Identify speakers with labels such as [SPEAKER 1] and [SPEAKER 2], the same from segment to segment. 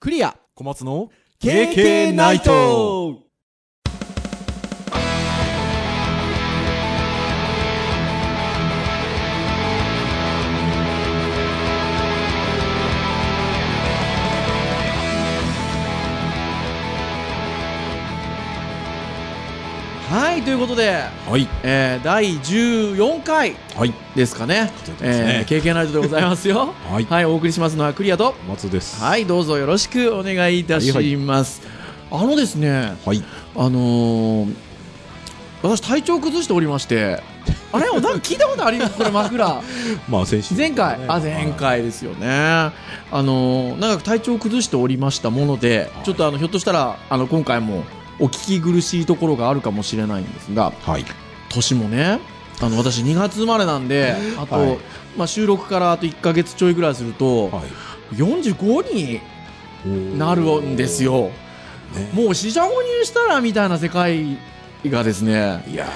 [SPEAKER 1] クリア
[SPEAKER 2] 小松の
[SPEAKER 1] KK ナイトはいということで、
[SPEAKER 2] はい
[SPEAKER 1] えー、第14回
[SPEAKER 2] はい
[SPEAKER 1] ですかね
[SPEAKER 2] ということですね
[SPEAKER 1] えー、KK ナイトでございますよ
[SPEAKER 2] はい
[SPEAKER 1] はいお送りしますのはクリアと
[SPEAKER 2] 小松ですい
[SPEAKER 1] はいどうぞよろしくお願いいたします、あのですね
[SPEAKER 2] はい
[SPEAKER 1] あのー、私体調崩しておりましてあれ なんか聞いたことありますこれ枕
[SPEAKER 2] まあ先週
[SPEAKER 1] 前回 あ前回ですよねあのー、長く体調を崩しておりましたものでちょっとあのひょっとしたらあの今回もお聞き苦しいところがあるかもしれないんですが
[SPEAKER 2] はい
[SPEAKER 1] 年もねあの私2月生まれなんであと、
[SPEAKER 2] はい
[SPEAKER 1] まあ、収録からあと1か月ちょいぐらいすると、
[SPEAKER 2] は
[SPEAKER 1] 45に
[SPEAKER 2] い
[SPEAKER 1] なるんですよ、
[SPEAKER 2] ね
[SPEAKER 1] もう四捨五入したらみたいな世界がですね
[SPEAKER 2] いや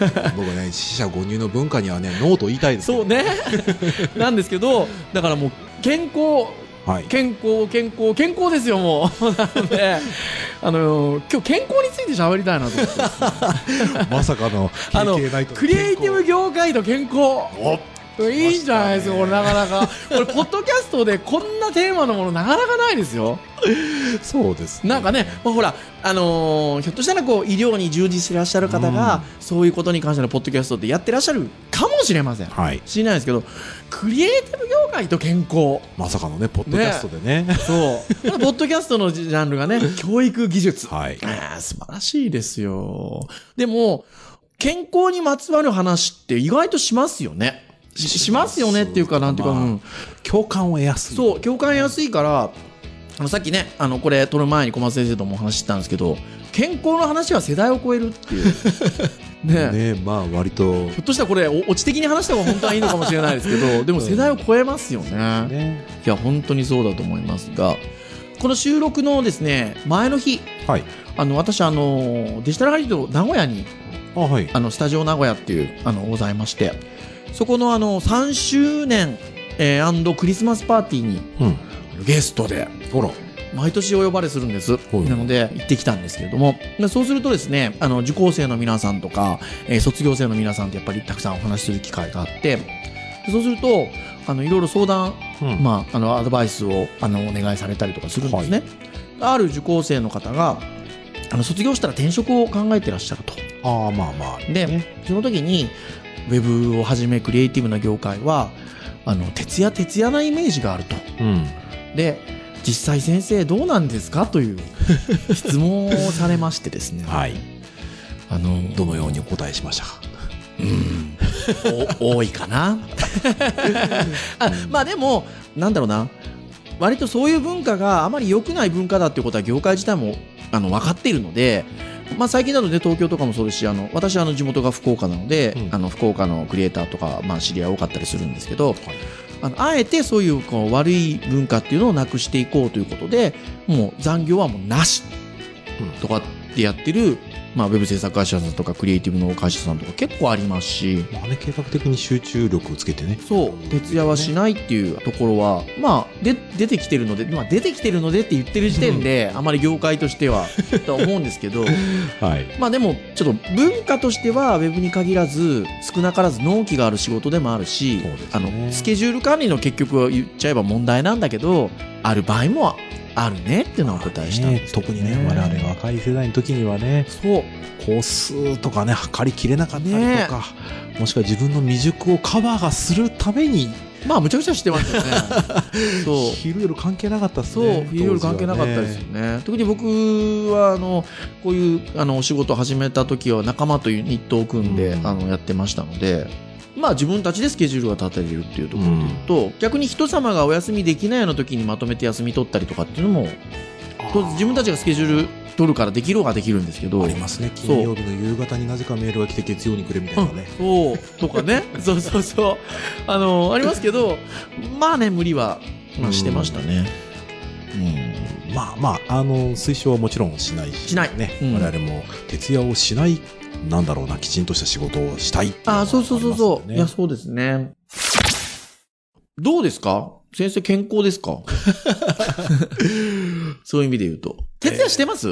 [SPEAKER 2] ー 僕ね死者誤入の文化にはねノーと言いたいですけど
[SPEAKER 1] そうね なんですけどだからもう健康
[SPEAKER 2] はい
[SPEAKER 1] 健康健康健康ですよもう なのであのー今日健康について喋りたいなと思って
[SPEAKER 2] まさかの
[SPEAKER 1] あの
[SPEAKER 2] KK ナイトの
[SPEAKER 1] クリエイティブ業界と健康
[SPEAKER 2] お
[SPEAKER 1] いいじゃないですか、これなかなか。これ、ポッドキャストでこんなテーマのもの、なかなかないですよ。
[SPEAKER 2] そうです
[SPEAKER 1] なんかね、まあ、ほら、あのーひょっとしたらこう医療に従事してらっしゃる方が、
[SPEAKER 2] うん
[SPEAKER 1] そういうことに関してのポッドキャストってやってらっしゃるかもしれません。
[SPEAKER 2] はい
[SPEAKER 1] 知りないですけど、クリエイティブ業界と健康。
[SPEAKER 2] まさかのねポッドキャストでね
[SPEAKER 1] そう。 まあポッドキャストのジャンルがね、教育技術。
[SPEAKER 2] はい
[SPEAKER 1] あー素晴らしいですよ。でも、健康にまつわる話って意外としますよね。ししますよねっていうか、なんていうか、
[SPEAKER 2] まあ
[SPEAKER 1] うん
[SPEAKER 2] 共感を得やすい
[SPEAKER 1] そう共感やすいからあのさっきねあのこれ撮る前に小松先生ともお話ししたんですけど健康の話は世代を超えるって いうね
[SPEAKER 2] ねまあ割と
[SPEAKER 1] ひょっとしたらこれおオチ的に話した方が本当はいいのかもしれないですけどでも世代を超えますよね,、
[SPEAKER 2] ね
[SPEAKER 1] いや本当にそうだと思いますがこの収録のですね前の日
[SPEAKER 2] はい
[SPEAKER 1] あの私あのデジタルハリウッド名古屋に
[SPEAKER 2] あはい
[SPEAKER 1] あのスタジオ名古屋っていうあのございましてそこのあの3周年、えーアンドクリスマスパーティーに
[SPEAKER 2] うん
[SPEAKER 1] ゲストで
[SPEAKER 2] ほら
[SPEAKER 1] 毎年お呼ばれするんです、
[SPEAKER 2] い
[SPEAKER 1] なので行ってきたんですけれどもでそうするとですねあの受講生の皆さんとか、えー卒業生の皆さんとやっぱりたくさんお話しする機会があってでそうするとあのいろいろ相談、
[SPEAKER 2] うん
[SPEAKER 1] まあ、あのアドバイスをあのお願いされたりとかするんですね、ある受講生の方があの卒業したら転職を考えてらっしゃると
[SPEAKER 2] ああまあまあ
[SPEAKER 1] で、その時にウェブをはじめクリエイティブな業界はあの徹夜徹夜なイメージがあると
[SPEAKER 2] うん
[SPEAKER 1] で実際先生どうなんですかという質問をされましてですね、
[SPEAKER 2] はい
[SPEAKER 1] あの
[SPEAKER 2] どのようにお答えしましたか
[SPEAKER 1] お多いかなあまあでもなんだろうな割とそういう文化があまり良くない文化だっていうことは業界自体もあの分かっているので、まあ、最近だとね東京とかもそうですしあの私あの地元が福岡なので、
[SPEAKER 2] うん
[SPEAKER 1] あの福岡のクリエイターとか、まあ、知り合い多かったりするんですけど、
[SPEAKER 2] い
[SPEAKER 1] あのあえてそういうこう悪い文化っていうのをなくしていこうということでもう残業はもうなし
[SPEAKER 2] うん
[SPEAKER 1] とかってやってる、まあ、ウェブ制作会社さんとかクリエイティブの会社さんとか結構ありますし。
[SPEAKER 2] まあね計画的に集中力をつけてね
[SPEAKER 1] そう徹夜はしないっていうところは、まあ、で出てきてるので、まあ、出てきてるのでって言ってる時点であまり業界として はとは思うんですけど
[SPEAKER 2] はい
[SPEAKER 1] まあでもちょっと文化としてはウェブに限らず少なからず納期がある仕事でもあるし、
[SPEAKER 2] そうですね
[SPEAKER 1] あのスケジュール管理の結局は言っちゃえば問題なんだけどある場合もあるねっていうのはお答えしたん
[SPEAKER 2] ね
[SPEAKER 1] ですけ
[SPEAKER 2] 特
[SPEAKER 1] ど
[SPEAKER 2] にね我々若い世代の時にはね
[SPEAKER 1] そう
[SPEAKER 2] 工数とかね測りきれなかったりとか、もしくは自分の未熟をカバーがするために
[SPEAKER 1] まあむちゃくちゃしてます よねそう
[SPEAKER 2] 昼夜関係なかったっす
[SPEAKER 1] そう、
[SPEAKER 2] ね
[SPEAKER 1] いろいろ関係なかったですよね。特に僕はあのこういうあのお仕事を始めた時は仲間というニットを組んで、
[SPEAKER 2] うん
[SPEAKER 1] あのやってましたので。まあ自分たちでスケジュールが立てれるっていうところで言うと、逆に人様がお休みできないような時にまとめて休み取ったりとかっていうのも当然自分た
[SPEAKER 2] ち
[SPEAKER 1] ちがスケジュール取るからできるはできるんですけど
[SPEAKER 2] ありますね金曜日の夕方になぜかメールが来て月曜にくれみたいなね、
[SPEAKER 1] そうとか ねそうそうそうあのありますけどまあね無理は、まあ、してましたね。うん
[SPEAKER 2] まあまああの推奨はもちろんしないし
[SPEAKER 1] しない
[SPEAKER 2] ね、
[SPEAKER 1] うん
[SPEAKER 2] 我々も徹夜をしないなんだろうなきちんとした仕事をしたいっていの
[SPEAKER 1] あ
[SPEAKER 2] は
[SPEAKER 1] ーそうそうそうそう、
[SPEAKER 2] あり
[SPEAKER 1] い
[SPEAKER 2] ま
[SPEAKER 1] や
[SPEAKER 2] すよね
[SPEAKER 1] そうですねどうですか先生健康 ですかそういう意味で言うと。徹夜してます、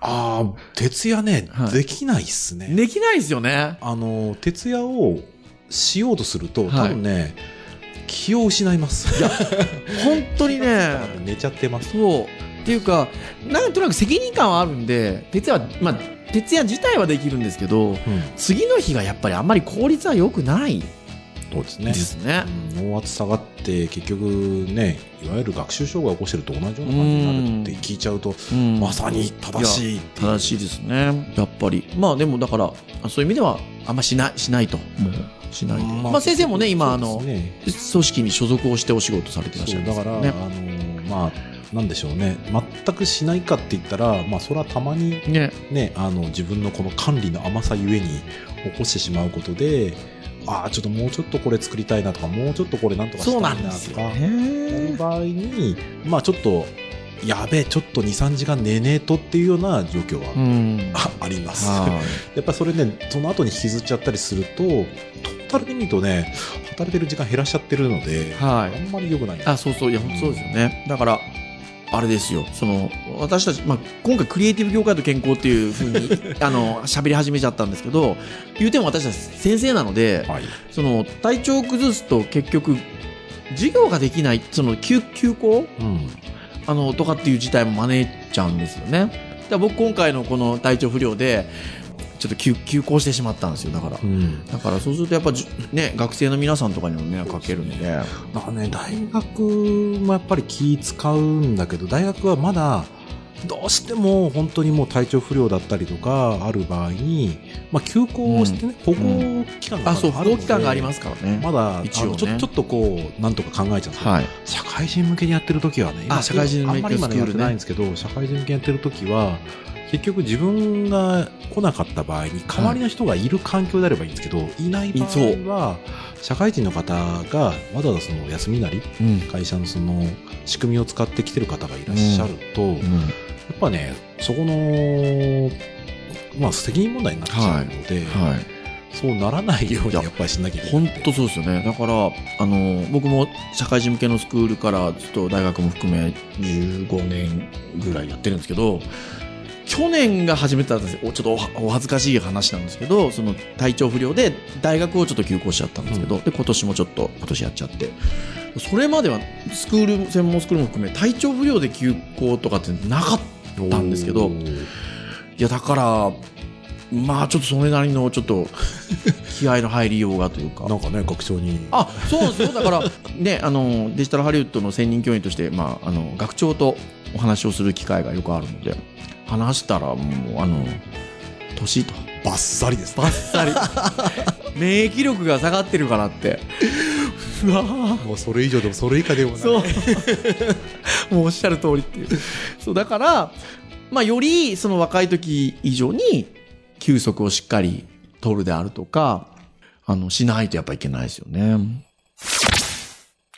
[SPEAKER 2] ああ、徹夜ね、
[SPEAKER 1] はい
[SPEAKER 2] できないっすね。
[SPEAKER 1] できないですよね。
[SPEAKER 2] あの、徹夜をしようとすると、
[SPEAKER 1] はい
[SPEAKER 2] 多分ね、気を失います。
[SPEAKER 1] 本当にね。
[SPEAKER 2] 寝ちゃってます。
[SPEAKER 1] そう。っていうか、なんとなく責任感はあるんで、徹夜は、まあ、徹夜自体はできるんですけど、
[SPEAKER 2] うん、
[SPEAKER 1] 次の日がやっぱりあんまり効率は良くない
[SPEAKER 2] そうですね
[SPEAKER 1] で。すね。
[SPEAKER 2] うん脳圧下がって結局ねいわゆる学習障害を起こしてると同じような感じになるって聞いちゃうと
[SPEAKER 1] うん
[SPEAKER 2] まさに正しいっていう
[SPEAKER 1] 正しいですねやっぱりまあでもだからそういう意味ではあんましないしないともうしないで、まあ、先生もね今あ
[SPEAKER 2] そ
[SPEAKER 1] の
[SPEAKER 2] うですね
[SPEAKER 1] 組織に所属をしてお仕事されてらっし
[SPEAKER 2] そ
[SPEAKER 1] ゃ
[SPEAKER 2] う
[SPEAKER 1] るんで
[SPEAKER 2] だ
[SPEAKER 1] す
[SPEAKER 2] か
[SPEAKER 1] よ
[SPEAKER 2] ら、
[SPEAKER 1] ね
[SPEAKER 2] あのーまあなんでしょうね全くしないかって言ったらまあそれはたまに
[SPEAKER 1] ね
[SPEAKER 2] ねあの自分のこの管理の甘さゆえに起こしてしまうことでああちょっともうちょっとこれ作りたいなとかもうちょっとこれなんとかした
[SPEAKER 1] そう
[SPEAKER 2] いな
[SPEAKER 1] な
[SPEAKER 2] と
[SPEAKER 1] ん
[SPEAKER 2] か
[SPEAKER 1] ですよ
[SPEAKER 2] やる
[SPEAKER 1] ね
[SPEAKER 2] 場合にまあちょっとやべえちょっと23時間寝ねえとっていうような状況は、
[SPEAKER 1] うん
[SPEAKER 2] ああります。
[SPEAKER 1] は
[SPEAKER 2] やっぱりそれね、その後に引きずっちゃったりすると、トータルで見るとね、働いてる時間減らしちゃってるので、
[SPEAKER 1] いは
[SPEAKER 2] あ
[SPEAKER 1] い
[SPEAKER 2] んまり良くない。
[SPEAKER 1] あそうそういや本当そうですよねだからあれですよその私たち、まあ、今回クリエイティブ業界と健康っていうふう にあの喋り始めちゃったんですけど言うても私たち先生なので、
[SPEAKER 2] はい。
[SPEAKER 1] その体調を崩すと結局授業ができないその休休校
[SPEAKER 2] うん。
[SPEAKER 1] あのとかっていう事態も招いちゃうんですよねだから僕今回のこの体調不良でちょっと休休校してしまったんですよだから
[SPEAKER 2] うん。
[SPEAKER 1] だからそうするとやっぱじゅね学生の皆さんとかにも迷惑かけるんで
[SPEAKER 2] だからね、大学もやっぱり気使うんだけど、大学はまだ、どうしても本当にもう体調不良だったりとかある場合に、まあ休校をしてね、保護期間がまだ
[SPEAKER 1] あそう
[SPEAKER 2] あ
[SPEAKER 1] 不
[SPEAKER 2] る
[SPEAKER 1] 動
[SPEAKER 2] ので
[SPEAKER 1] 期間がありますからね
[SPEAKER 2] まだ、
[SPEAKER 1] 一応ね
[SPEAKER 2] あのちょちょっとこう、なんとか考えちゃうんですけど
[SPEAKER 1] はい
[SPEAKER 2] 社会人向けにやってる時はね、今
[SPEAKER 1] あ社会人向け
[SPEAKER 2] あんまり今ね
[SPEAKER 1] スク
[SPEAKER 2] や
[SPEAKER 1] ー
[SPEAKER 2] っ
[SPEAKER 1] ルね
[SPEAKER 2] てないんですけど、社会人向けにやってる時は、結局自分が来なかった場合に代わりの人がいる環境であればいいんですけど、い、ない場合は、社会人の方がわざわざその休みなり、
[SPEAKER 1] うん
[SPEAKER 2] 会社のその仕組みを使ってきてる方がいらっしゃると、やっぱね、そこの、まあ責任問題になっちゃうので、
[SPEAKER 1] はい
[SPEAKER 2] そうならないようにやっぱりしなきゃいけない
[SPEAKER 1] 本
[SPEAKER 2] ので。
[SPEAKER 1] 当そうですよねだからあの僕も社会人向けのスクールからずっと大学も含め15年ぐらいやってるんですけど去年が初めてだったんですよおちょっとおはお恥ずかしい話なんですけどその体調不良で大学をちょっと休校しちゃったんですけど、で今年もちょっと今年やっちゃってそれまではスクール専門スクールも含め体調不良で休校とかってなかったたんですけど
[SPEAKER 2] おー
[SPEAKER 1] いやだからまあちょっとそれなりのちょっと気合の入りようがというか
[SPEAKER 2] なんかね、学長に。
[SPEAKER 1] あそうそうだから、ね、 あのデジタルハリウッドの専任教員として、まあ、あの学長とお話をする機会がよくあるので話したらもうあの年と
[SPEAKER 2] バッサリですね
[SPEAKER 1] バッサリ免疫力が下がってるからって うわー
[SPEAKER 2] もうそれ以上でもそれ以下でもない
[SPEAKER 1] そうもう おっしゃる通りっていうそうだから、まあ、よりその若い時以上に休息をしっかり取るであるとかあのしないとやっぱいけないですよね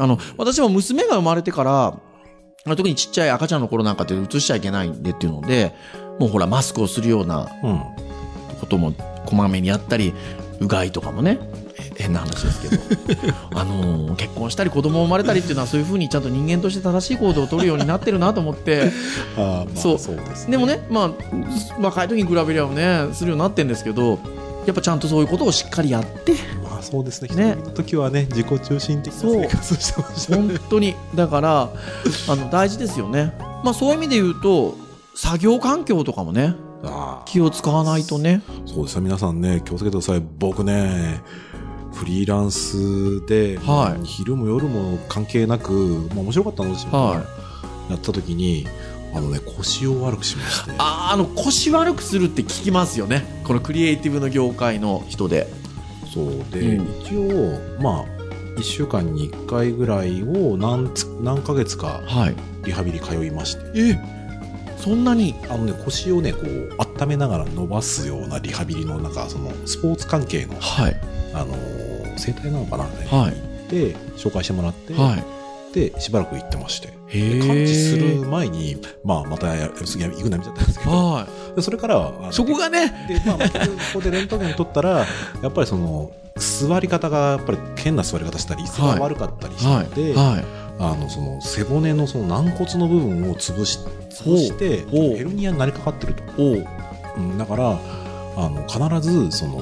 [SPEAKER 1] あの私も娘が生まれてからあの特にちっちゃい赤ちゃんの頃なんかって移しちゃいけないんでっていうのでもうほらマスクをするような
[SPEAKER 2] うん、
[SPEAKER 1] こともこまめにやったりうがいとかもねえ変な話ですけどあのー結婚したり子供生まれたりっていうのはそういうふうにちゃんと人間として正しい行動を取るようになってるなと思って
[SPEAKER 2] あーまあ
[SPEAKER 1] そう
[SPEAKER 2] そうですね
[SPEAKER 1] でもね、まあ、若い時に比べりゃねするようになってるんですけどやっぱちゃんとそういうことをしっかりやって
[SPEAKER 2] まあそうですね
[SPEAKER 1] ね
[SPEAKER 2] 一人の時はね自己中心的な生活をしてましたね
[SPEAKER 1] 本当にだからあの大事ですよね、まあ、そういう意味で言うと作業環境とかもね
[SPEAKER 2] あ
[SPEAKER 1] 気を使わないとね
[SPEAKER 2] ーそうですね皆さんね気をつけてください僕ねフリーランスで、
[SPEAKER 1] はい
[SPEAKER 2] 昼も夜も関係なく、まあ、面白かったのを
[SPEAKER 1] は
[SPEAKER 2] や
[SPEAKER 1] い
[SPEAKER 2] った時にあのね腰を悪くしまして
[SPEAKER 1] あーあの腰悪くするって聞きますよねこのクリエイティブの業界の人で
[SPEAKER 2] そうで、
[SPEAKER 1] うん
[SPEAKER 2] 一応まあ1週間に1回ぐらいを何つ何ヶ月か
[SPEAKER 1] はい
[SPEAKER 2] リハビリ通いまして
[SPEAKER 1] えそんなに
[SPEAKER 2] あのね、腰をね、こう、温めながら伸ばすようなリハビリの、なんか、その、スポーツ関係の、
[SPEAKER 1] はい
[SPEAKER 2] あのー整体なのかな、ね
[SPEAKER 1] はい
[SPEAKER 2] で、紹介してもらって、
[SPEAKER 1] はい
[SPEAKER 2] で、しばらく行ってまして、
[SPEAKER 1] へ
[SPEAKER 2] 完治する
[SPEAKER 1] え
[SPEAKER 2] 前に、まあ、またや、次は行くなみたいになっちゃったんですけど、
[SPEAKER 1] は
[SPEAKER 2] でそれからは、あの
[SPEAKER 1] いそこがね
[SPEAKER 2] で、まあ、またここでレントゲン取ったら、やっぱりその、座り方が、やっぱり変な座り方したり、椅子が悪かったりしたので、
[SPEAKER 1] は
[SPEAKER 2] あのその背骨のその軟骨の部分を潰し潰して
[SPEAKER 1] ほう
[SPEAKER 2] ヘルニアになりかかってると、
[SPEAKER 1] おう
[SPEAKER 2] うん、だからあの必ずその、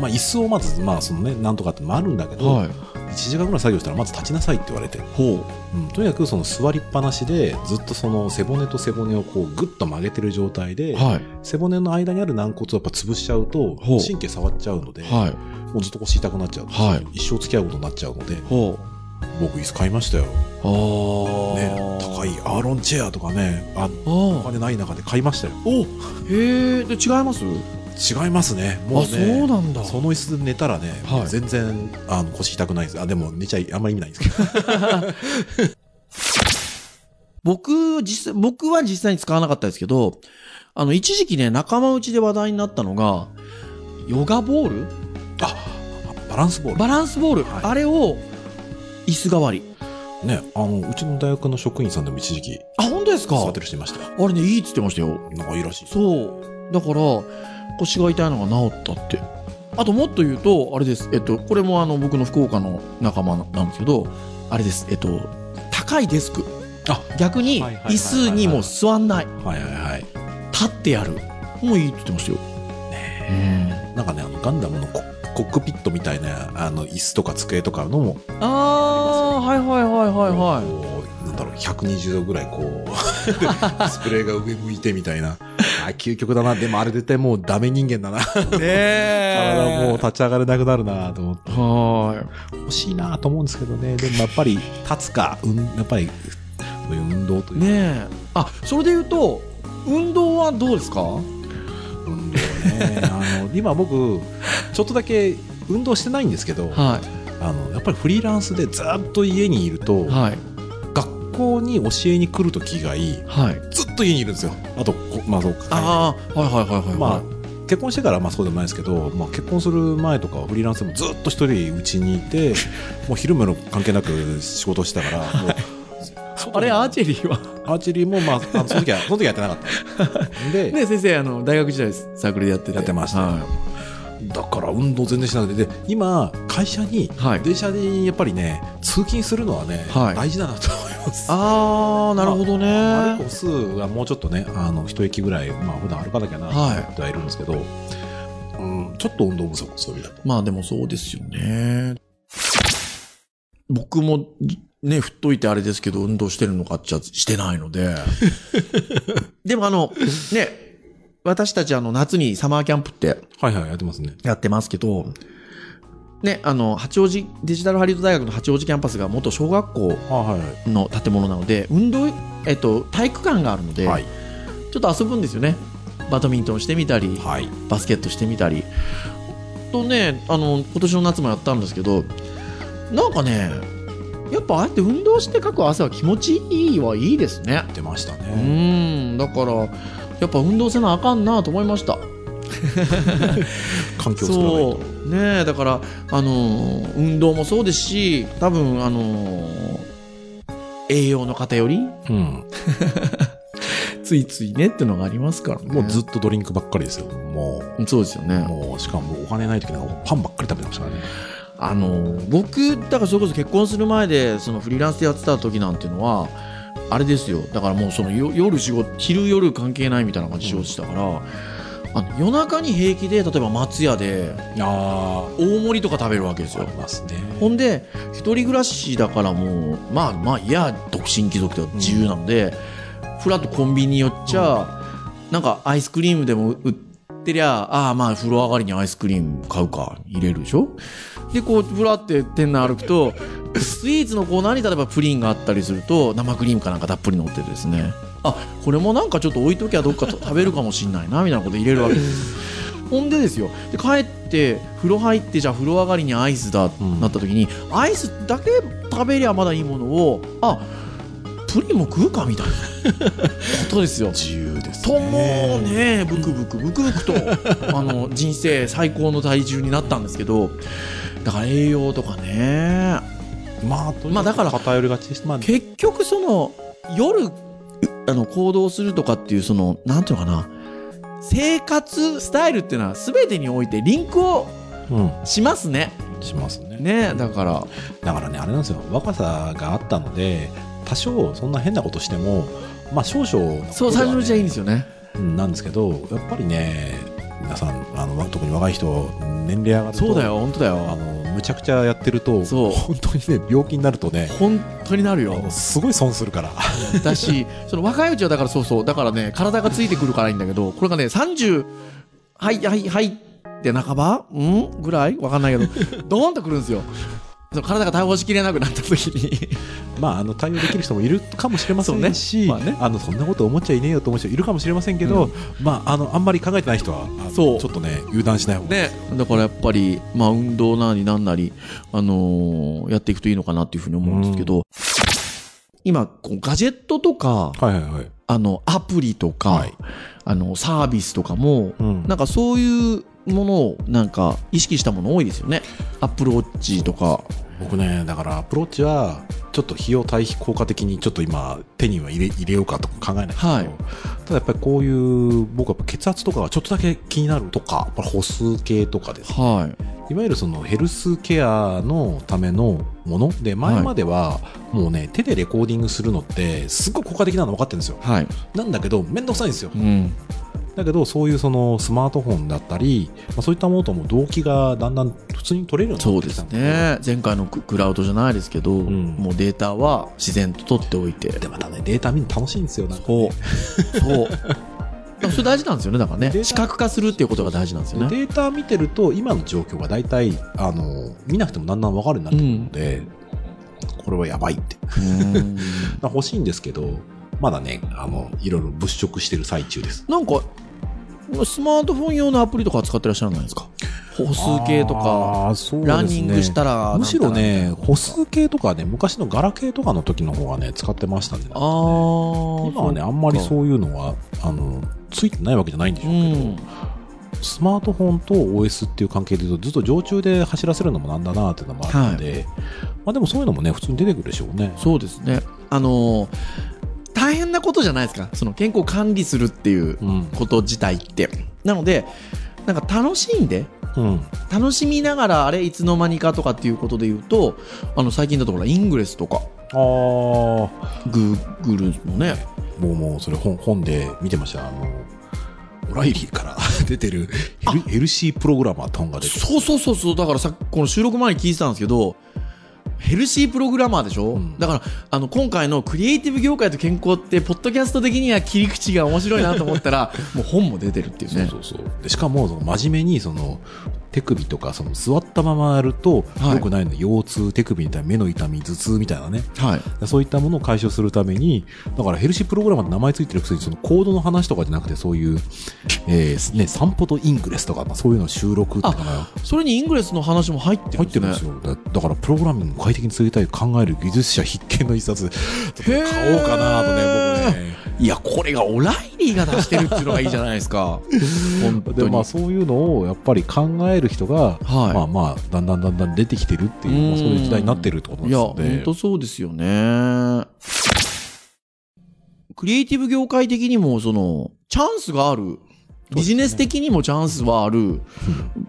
[SPEAKER 2] まあ、椅子をまず、まあそのね、なんとかってのもあるんだけど、
[SPEAKER 1] はい
[SPEAKER 2] 1時間ぐらい作業したらまず立ちなさいって言われて、
[SPEAKER 1] ほ
[SPEAKER 2] うん、とにかくその座りっぱなしでずっとその背骨と背骨をこうグッと曲げてる状態で、
[SPEAKER 1] うはい
[SPEAKER 2] 背骨の間にある軟骨をやっぱ潰しちゃうと
[SPEAKER 1] ほう
[SPEAKER 2] 神経触っちゃうので、
[SPEAKER 1] はい
[SPEAKER 2] もうずっと腰痛くなっちゃう、
[SPEAKER 1] はい
[SPEAKER 2] 一生付き合うことになっちゃうので
[SPEAKER 1] ほう
[SPEAKER 2] 僕椅子買いましたよ、ね、
[SPEAKER 1] ああ
[SPEAKER 2] 高いアーロンチェアとかね
[SPEAKER 1] あ
[SPEAKER 2] あお
[SPEAKER 1] ー
[SPEAKER 2] 金ない中で買いましたよ
[SPEAKER 1] おへえで違います
[SPEAKER 2] 違いますねもう
[SPEAKER 1] あそう
[SPEAKER 2] ね
[SPEAKER 1] なんだ
[SPEAKER 2] その椅子で寝たらね、
[SPEAKER 1] はい
[SPEAKER 2] 全然あの腰痛くないですあでも寝ちゃいあんまり意味ないんですけど
[SPEAKER 1] 僕実際僕は実際に使わなかったですけどあの一時期ね仲間内で話題になったのがヨガボール
[SPEAKER 2] あ バランスボール
[SPEAKER 1] バランスボール、
[SPEAKER 2] はい
[SPEAKER 1] あれを椅子代わり
[SPEAKER 2] ね、あの、うちの大学の職員さんでも一時期、
[SPEAKER 1] あ本当ですか
[SPEAKER 2] 座ってる人いましたよ。
[SPEAKER 1] あれねいいっつってましたよ
[SPEAKER 2] なんかいいらしい。
[SPEAKER 1] そうだから腰が痛いのが治ったってあともっと言うとあれですえっとこれもあの僕の福岡の仲間なんですけどあれですえっと高いデスク
[SPEAKER 2] あ
[SPEAKER 1] 逆に
[SPEAKER 2] はいはいはいはい
[SPEAKER 1] 椅子にもう座んない
[SPEAKER 2] はいはいはい。
[SPEAKER 1] 立ってやるもういいって言ってましたよね
[SPEAKER 2] なんかね、あの、ガンダムのココックピットみたいな、あの、椅子とか机とかのも、
[SPEAKER 1] えああはいはいはいはいはい
[SPEAKER 2] こう、なんだろう、120度ぐらいこう、デ ィスプレイが上向いてみた いな。あ、究極だな。でもあれ絶対もうダメ人間だな。
[SPEAKER 1] ねえ
[SPEAKER 2] 体もう立ち上がれなくなるなと思って。
[SPEAKER 1] は
[SPEAKER 2] 欲しいなと思うんですけどね。でもやっぱり、立つか、うん、やっぱり、そういう運動という
[SPEAKER 1] いね
[SPEAKER 2] か
[SPEAKER 1] えあそれで言うと運動はどうですか
[SPEAKER 2] 運動ねあの今僕ちょっとだけ運動してないんですけど
[SPEAKER 1] は
[SPEAKER 2] あのやっぱりフリーランスでずっと家にいると
[SPEAKER 1] いはい
[SPEAKER 2] 学校に教えに来る時以外
[SPEAKER 1] はい
[SPEAKER 2] ずっと家にいるんですよあとこまあそうか
[SPEAKER 1] ああはいはいはいはいはい
[SPEAKER 2] まあ結婚してからはまあそうでもないですけど、まあ、結婚する前とかはフリーランスでもずっと一人うちにい てもう昼間の関係なく仕事してたからもう
[SPEAKER 1] あれアーチェリーは
[SPEAKER 2] アーチェリーもまああのその時はその時はやってなか った で
[SPEAKER 1] ね先生あの大学時代サークルでやってて
[SPEAKER 2] やってましたよ
[SPEAKER 1] は
[SPEAKER 2] だから運動全然しなくてで今会社に
[SPEAKER 1] い、はい、
[SPEAKER 2] 電車にやっぱりね通勤するのはね、
[SPEAKER 1] はい
[SPEAKER 2] 大事だなと思います。
[SPEAKER 1] ああなるほどね、
[SPEAKER 2] 歩く歩数はもうちょっとねあの一駅ぐらい、まあ普段歩かなきゃなと思ってはいるんですけど、うん、ちょっと運動不足そういう意味だと。
[SPEAKER 1] まあでもそうですよね僕もね振っといてあれですけど運動してるのかっちゃしてないの ででもあのね私たちあの夏にサマーキャンプって
[SPEAKER 2] はいはいやってますね。
[SPEAKER 1] やってますけど、ね、あの八王子デジタルハリウッド大学の八王子キャンパスが元小学校
[SPEAKER 2] あはいはい。
[SPEAKER 1] の建物なので運動、えっと、体育館があるので、
[SPEAKER 2] はい
[SPEAKER 1] ちょっと遊ぶんですよねバドミントンしてみたり
[SPEAKER 2] はい。
[SPEAKER 1] バスケットしてみたりとねあの今年の夏もやったんですけどなんかねやっぱああやって運動してかく汗は気持ちいいはいいですね
[SPEAKER 2] 出ました
[SPEAKER 1] う
[SPEAKER 2] ね。
[SPEAKER 1] んだからやっぱ運動せなあかんなと思いました
[SPEAKER 2] 環境を作らないと。
[SPEAKER 1] そうねえだからあのー運動もそうですし多分あのー栄養の偏り
[SPEAKER 2] うん。
[SPEAKER 1] ついついねってのがありますからね
[SPEAKER 2] もうずっとドリンクばっかりですよ。も
[SPEAKER 1] そうですよ
[SPEAKER 2] う、
[SPEAKER 1] ね
[SPEAKER 2] もうしかもお金ない時なんかパンばっかり食べてましたからね。
[SPEAKER 1] あの僕だからそれこそ結婚する前でそのフリーランスでやってた時なんていうのはあれですよだからもうそのよ夜仕事昼夜関係ないみたいな感じでしてたから、あの夜中に平気で例えば松屋で
[SPEAKER 2] あ
[SPEAKER 1] 大盛りとか食べるわけです
[SPEAKER 2] あ
[SPEAKER 1] よ
[SPEAKER 2] りますね。
[SPEAKER 1] ほんで一人暮らしだからもうまあまあいや独身貴族では自由なので、ふらっとコンビニ寄っちゃ、なんかアイスクリームでも売ってりゃああまあ風呂上がりにアイスクリーム買うか入れるでしょでこうふらって店内歩くとスイーツのコーナーに例えばプリンがあったりすると生クリームかなんかたっぷり乗っててですねあこれもなんかちょっと置いときゃどっかと食べるかもしんないなみたいなこと入れるわけですほんでですよで帰って風呂入ってじゃあ風呂上がりにアイスだって
[SPEAKER 2] うん
[SPEAKER 1] なった時に、アイスだけ食べりゃまだいいものをあプリンも食うかみたい なことですよ。
[SPEAKER 2] 自由です
[SPEAKER 1] と
[SPEAKER 2] ね。
[SPEAKER 1] もうねブクブクブクブク とあの人生最高の体重になったんですけどだから栄養とかね
[SPEAKER 2] まあ、とに
[SPEAKER 1] まあ
[SPEAKER 2] か
[SPEAKER 1] だから
[SPEAKER 2] く偏りがちです。まあ、
[SPEAKER 1] 結局その夜うあの行動するとかっていうそのなんていうのかな生活スタイルっていうのは全てにおいてリンクを
[SPEAKER 2] うん。
[SPEAKER 1] しますね。
[SPEAKER 2] しますね。
[SPEAKER 1] ねだから
[SPEAKER 2] だからね、あれなんですよ、若さがあったので、多少そんな変なことしても、まあ少々、
[SPEAKER 1] そう最初のうちはいいんですよね
[SPEAKER 2] うんなんですけど、やっぱりね、皆さん、あの特に若い人、年齢上がると、
[SPEAKER 1] そうだよ本当だ
[SPEAKER 2] あ
[SPEAKER 1] よ
[SPEAKER 2] の、むちゃくちゃやってると、
[SPEAKER 1] そう
[SPEAKER 2] 本当にね、病気になるとね、
[SPEAKER 1] 本当になる
[SPEAKER 2] あ
[SPEAKER 1] よ
[SPEAKER 2] のすごい損するから、
[SPEAKER 1] だしその若いうちはだからそうそうだからね体がついてくるからいいんだけどこれがね30はいはいはいって半ばうんぐらいわかんないけど ドーンとくるんですよその体が対応しきれなくなった時に
[SPEAKER 2] まあ、あの対応できる人もいるかもしれませんし、
[SPEAKER 1] そうねまあね
[SPEAKER 2] あのそんなこと思っちゃいねえよと思う人いるかもしれませんけど、まあ、あのあんまり考えてない人は、あの
[SPEAKER 1] そう
[SPEAKER 2] ちょっとね、油断しない方がいい
[SPEAKER 1] ねだからやっぱりまあ運動なりなんなりあのーやっていくといいのかなっていうふうに思うんですけど、今こうガジェットとか
[SPEAKER 2] はいはいはい。
[SPEAKER 1] あのアプリとか、
[SPEAKER 2] はい
[SPEAKER 1] あのサービスとかも
[SPEAKER 2] うん
[SPEAKER 1] なんかそういうものをなんか意識したもの多いですよね。アップルウォッチとか。
[SPEAKER 2] 僕ねだからアプローチはちょっと費用対比効果的にちょっと今手には入れ入れようかとか考えないですけど、
[SPEAKER 1] はい
[SPEAKER 2] ただやっぱりこういう僕はやっぱ血圧とかがちょっとだけ気になるとかこれ歩数計とかです
[SPEAKER 1] はい。
[SPEAKER 2] いわゆるそのヘルスケアのためのもので前まではもうね手でレコーディングするのってすっごい効果的なの分かってるんですよ
[SPEAKER 1] はい。
[SPEAKER 2] なんだけど面倒くさいんですよ
[SPEAKER 1] うん。
[SPEAKER 2] だけどそういうそのスマートフォンだったり、まあ、そういったものとも動機がだんだん普通に取れるように
[SPEAKER 1] そ
[SPEAKER 2] なっ
[SPEAKER 1] う
[SPEAKER 2] て
[SPEAKER 1] で
[SPEAKER 2] き
[SPEAKER 1] す
[SPEAKER 2] たの
[SPEAKER 1] ね。前回のククラウドじゃないですけど、
[SPEAKER 2] ん
[SPEAKER 1] もうデータは自然と取っておいて。
[SPEAKER 2] でまたねデータ見るの楽しいんですよなんか
[SPEAKER 1] そう。そう。それ大事なんですよね。だから
[SPEAKER 2] デー
[SPEAKER 1] ね。
[SPEAKER 2] タ
[SPEAKER 1] 視覚化するっていうことが大事なんですよ
[SPEAKER 2] で
[SPEAKER 1] ね。
[SPEAKER 2] データ見てると今の状況が大体あの見なくてもだんだん分かるようになってくるので、これはやばいってだか
[SPEAKER 1] うん
[SPEAKER 2] ら欲しいんですけどまだねあのいろいろ物色してる最中です
[SPEAKER 1] なんか、スマートフォン用のアプリとか使ってらっしゃらないですか歩数計とか、
[SPEAKER 2] あーそうですね
[SPEAKER 1] ランニングしたら、
[SPEAKER 2] むしろ
[SPEAKER 1] な
[SPEAKER 2] ね
[SPEAKER 1] んたら
[SPEAKER 2] 歩数計とかね昔のガラケーとかの時の方がね使ってましたね
[SPEAKER 1] あー
[SPEAKER 2] 今はねあんまりそういうのはあのついてないわけじゃないんでしょうけど、
[SPEAKER 1] うん
[SPEAKER 2] スマートフォンと OS っていう関係で言うと、ずっと常駐で走らせるのもなんだなっていうのもあるので、まあでもそういうのもね、普通に出てくるでしょうね。
[SPEAKER 1] そうですね。あのー大変なことじゃないですか。その健康を管理するっていう
[SPEAKER 2] うん。
[SPEAKER 1] こと自体って。なので、なんか楽しんで、
[SPEAKER 2] うん。
[SPEAKER 1] 楽しみながらあれいつの間にかとかっていうことで言うと、あの最近だとほら、イングレスとか、
[SPEAKER 2] ああ、も
[SPEAKER 1] グーグルもね、
[SPEAKER 2] うもうそれ本本で見てました。あの、オライリーから 出てるヘルヘルシープログラマーって本が出てる。
[SPEAKER 1] そうそうそうそう、だからさ、この収録前に聞いてたんですけど、ヘルシープログラマーでしょ、
[SPEAKER 2] うん
[SPEAKER 1] だからあの今回のクリエイティブ業界と健康ってポッドキャスト的には切り口が面白いなと思った らもう本も出てるっていうね
[SPEAKER 2] そうそうそうでしかもその真面目にその手首とかその座ったままやると
[SPEAKER 1] はい
[SPEAKER 2] 良くないの、腰痛手首みたいな目の痛み頭痛みたいなね
[SPEAKER 1] はい、
[SPEAKER 2] そういったものを解消するために、だからヘルシープログラマーって名前ついてるくせに、そのコードの話とかじゃなくて、そういう、えーね、散歩とイングレスとか、まあそういうの収録とかが
[SPEAKER 1] それにイングレスの話も入ってる
[SPEAKER 2] 入
[SPEAKER 1] ん
[SPEAKER 2] っ
[SPEAKER 1] で
[SPEAKER 2] て
[SPEAKER 1] す
[SPEAKER 2] るん
[SPEAKER 1] ね
[SPEAKER 2] ですよ。だだから、プログラミングを快適に続けたい考える技術者必見の一冊、ちょっと買おうかなとね、僕ね。
[SPEAKER 1] いやこれがオライリーが出してるっていうのがいいじゃないです か本当
[SPEAKER 2] で
[SPEAKER 1] に、
[SPEAKER 2] まあ、そういうのをやっぱり考える人が、
[SPEAKER 1] はい
[SPEAKER 2] まあまあだんだんだんだん出てきてるっていう
[SPEAKER 1] うん
[SPEAKER 2] まあそういう時代になってるってこと
[SPEAKER 1] いや
[SPEAKER 2] なんです
[SPEAKER 1] 本
[SPEAKER 2] の
[SPEAKER 1] 当
[SPEAKER 2] で
[SPEAKER 1] そうですよねクリエイティブ業界的にもそのチャンスがあるビジネス的にもチャンスはある、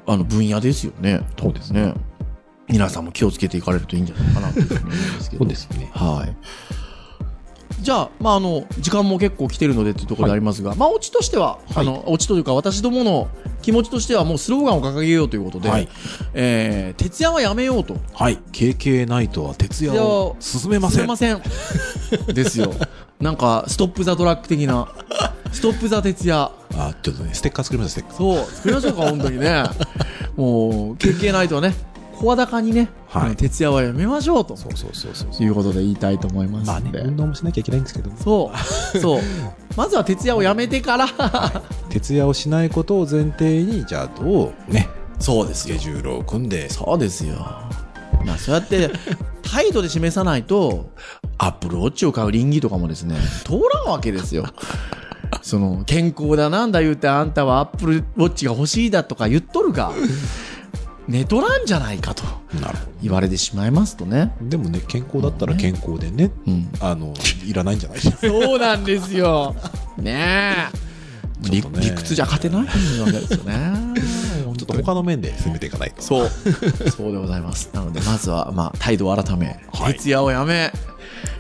[SPEAKER 1] あの分野ですよね
[SPEAKER 2] そうですね
[SPEAKER 1] ね皆さんも気をつけていかれるといいんじゃないかなというふうに思うんですけ
[SPEAKER 2] そ
[SPEAKER 1] ど
[SPEAKER 2] うですね
[SPEAKER 1] はい。じゃあ、まあ、あの、時間も結構来てるのでというところでありますが、まあ、オチとしては、
[SPEAKER 2] はい
[SPEAKER 1] あの、オチというか、私どもの気持ちとしては、もうスローガンを掲げようということで、
[SPEAKER 2] はい
[SPEAKER 1] えー徹夜はやめようと。
[SPEAKER 2] はい KK ナイトは徹夜を進めません
[SPEAKER 1] すいませ ん。ですよ。なんか、ストップ・ザ・ドラッグ的な、ストップ・ザ・徹夜。
[SPEAKER 2] あちょっとねステッカー作りましたステッカー
[SPEAKER 1] そう、作りましょうか、本当にね。もう、経験ないとね、声高にね、
[SPEAKER 2] はい
[SPEAKER 1] 徹夜はやめましょうと。
[SPEAKER 2] そうそうそうそう
[SPEAKER 1] ということで言いたいと思いますんで。
[SPEAKER 2] まあね、運動もしなきゃいけないんですけど、
[SPEAKER 1] そう、 そう。まずは徹夜をやめてから、
[SPEAKER 2] 徹夜をしないことを前提に、じゃあどうね、
[SPEAKER 1] そうで
[SPEAKER 2] スケ。ジュールを組んで、
[SPEAKER 1] そうですよ。まあ、そうや って、態度で示さないと、アップルウォッチを買う倫理とかもですね、通らんわけですよ。その、健康だなんだ言うて、あんたはアップルウォッチが欲しいだとか言っとるが、寝とらんじゃないかと
[SPEAKER 2] なるほ
[SPEAKER 1] 言われてしまいますとね。
[SPEAKER 2] ど。でもね、健康だったら健康でね、
[SPEAKER 1] うん。
[SPEAKER 2] あの、いらないんじ ゃないですか。
[SPEAKER 1] そうなんですよ。ねえ。
[SPEAKER 2] ちょっとね
[SPEAKER 1] 理理屈じゃ勝てないわけですよね。
[SPEAKER 2] ちょっと他の面で攻めていかないと。
[SPEAKER 1] そうそうでございますなのでまずは、まあ、態度を改め
[SPEAKER 2] はい
[SPEAKER 1] 徹夜をやめ、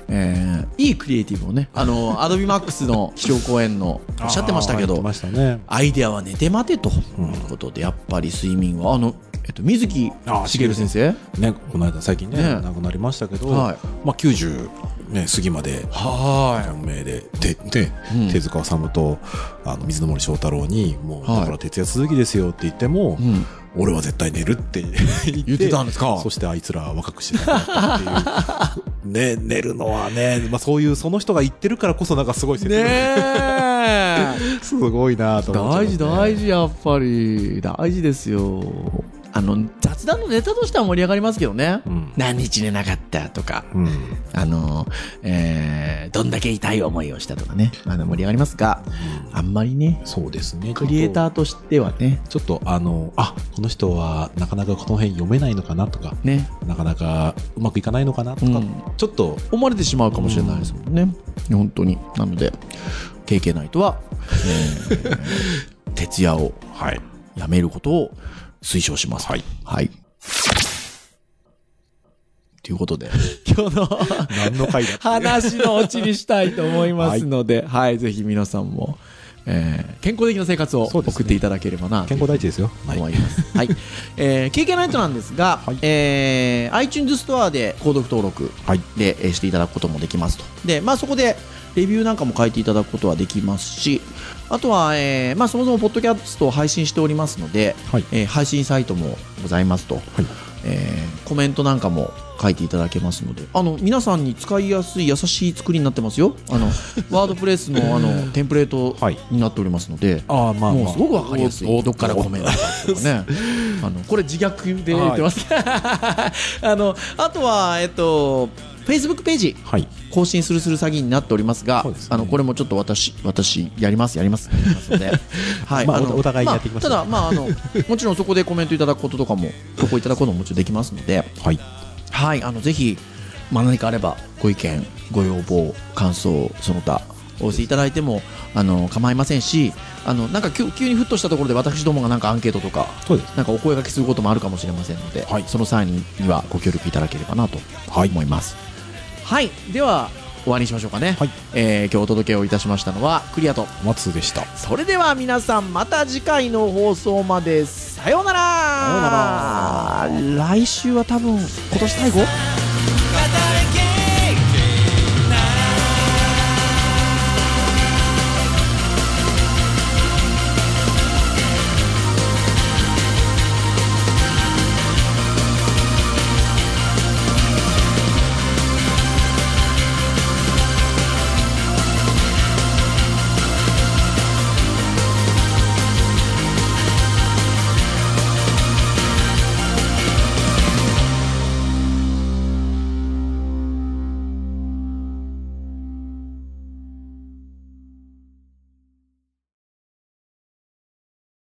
[SPEAKER 1] えーいいクリエイティブをねあのアドビマックス の気象公演のおっしゃってましたけ
[SPEAKER 2] あー言っ
[SPEAKER 1] ど
[SPEAKER 2] てましたね。
[SPEAKER 1] アイデアは寝て待てということで、やっぱり睡眠はあの、えっと、水木
[SPEAKER 2] あー
[SPEAKER 1] しげる先生
[SPEAKER 2] ね、この間最近ね、
[SPEAKER 1] ね
[SPEAKER 2] 亡くなりましたけど、
[SPEAKER 1] はい
[SPEAKER 2] まあ90、ね、過ぎまで、
[SPEAKER 1] は
[SPEAKER 2] 本命で、で、で、
[SPEAKER 1] うん
[SPEAKER 2] 手塚治虫と、あの、水の森章太郎に、もう、
[SPEAKER 1] はい
[SPEAKER 2] だから徹夜続きですよって言っても、
[SPEAKER 1] うん、
[SPEAKER 2] 俺は絶対寝るって 言って
[SPEAKER 1] 言ってたんですか
[SPEAKER 2] そしてあいつらは若くして亡くなったっていう。ね、寝るのはね、まあそういう、その人が言ってるからこそなんかすごい説
[SPEAKER 1] ね
[SPEAKER 2] 明、
[SPEAKER 1] え
[SPEAKER 2] すごいなと思っ
[SPEAKER 1] 大
[SPEAKER 2] ちゃ
[SPEAKER 1] 事
[SPEAKER 2] いますね
[SPEAKER 1] 大事やっぱり大事ですよあの雑談のネタとしては盛り上がりますけどね、
[SPEAKER 2] うん
[SPEAKER 1] 何日寝なかったとか
[SPEAKER 2] うん。
[SPEAKER 1] あの、えーどんだけ痛い思いをしたとかね、あの盛り上がりますが、あんまりね、
[SPEAKER 2] そうですね。
[SPEAKER 1] クリエイターとしてはね、
[SPEAKER 2] ちょっとあの、あ、この人はなかなかこの辺読めないのかなとか、
[SPEAKER 1] ね、
[SPEAKER 2] なかなかうまくいかないのかなと
[SPEAKER 1] う
[SPEAKER 2] か、
[SPEAKER 1] ん
[SPEAKER 2] ちょっと、
[SPEAKER 1] 思われてしまうかもしれないですもんね。本当に。なので、経験ないとは、え ー徹夜を
[SPEAKER 2] はい。
[SPEAKER 1] やめることを推奨します。はい。はい。ということで、 今日の
[SPEAKER 2] 何 の回だって
[SPEAKER 1] 話のオチにしたいと思いますので、はい、ぜひ皆さんも、えー健康的な生活を送
[SPEAKER 2] そうですね
[SPEAKER 1] っていただければなと
[SPEAKER 2] 健康第一ですよ。はい。
[SPEAKER 1] 思います。 はい。えー、KK ナイトなんですが、
[SPEAKER 2] はい
[SPEAKER 1] えー iTunes ストアで購読登録
[SPEAKER 2] はい。
[SPEAKER 1] で、えーしていただくこともできますと。で、まあそこでレビューなんかも書いていただくことはできますし、あとは、えーまあそもそもポッドキャストを配信しておりますので、
[SPEAKER 2] はい
[SPEAKER 1] えー配信サイトもございますと、えーコメントなんかも書いていただけますので、あの、皆さんに使いやすい優しい作りになってますよ。あ の、ワードプレスのあの、テンプレート
[SPEAKER 2] はい
[SPEAKER 1] になっておりますので、
[SPEAKER 2] ああ、まあ、
[SPEAKER 1] もう
[SPEAKER 2] まあ
[SPEAKER 1] す、ごくわかりやす
[SPEAKER 2] お
[SPEAKER 1] い。どっからコメントとか ね。あの、これ自虐で言ってます。 あの、あとは、えっと、Facebook ページ。
[SPEAKER 2] はい。
[SPEAKER 1] 更新するする詐欺になっておりますが、
[SPEAKER 2] そうですね
[SPEAKER 1] あのこれもちょっと私私やりますやりますやりますの で、はい、
[SPEAKER 2] まあ
[SPEAKER 1] の
[SPEAKER 2] おお互いにやっていきます
[SPEAKER 1] あただまああのもちろんそこでコメントいただくこととかも投稿いただくことももちろんできますので、
[SPEAKER 2] はい。
[SPEAKER 1] はい、あのぜひ、まあ、何かあればご意見、ご要望、感想、その他、お寄せいただいてもあの構いませんし、あのなんか急急にふっとしたところで私どもがなんかアンケートとか、
[SPEAKER 2] そうです。
[SPEAKER 1] なんかお声掛けすることもあるかもしれませんので、
[SPEAKER 2] はい
[SPEAKER 1] その際にはご協力いただければなと
[SPEAKER 2] はい
[SPEAKER 1] 思います。はい、では終わりにしましょうかね、
[SPEAKER 2] はい
[SPEAKER 1] えー今日お届けをいたしましたのはクリアと
[SPEAKER 2] 松でした。
[SPEAKER 1] それでは皆さんまた次回の放送までさようなら
[SPEAKER 2] さよう
[SPEAKER 1] 来週は多分今年最後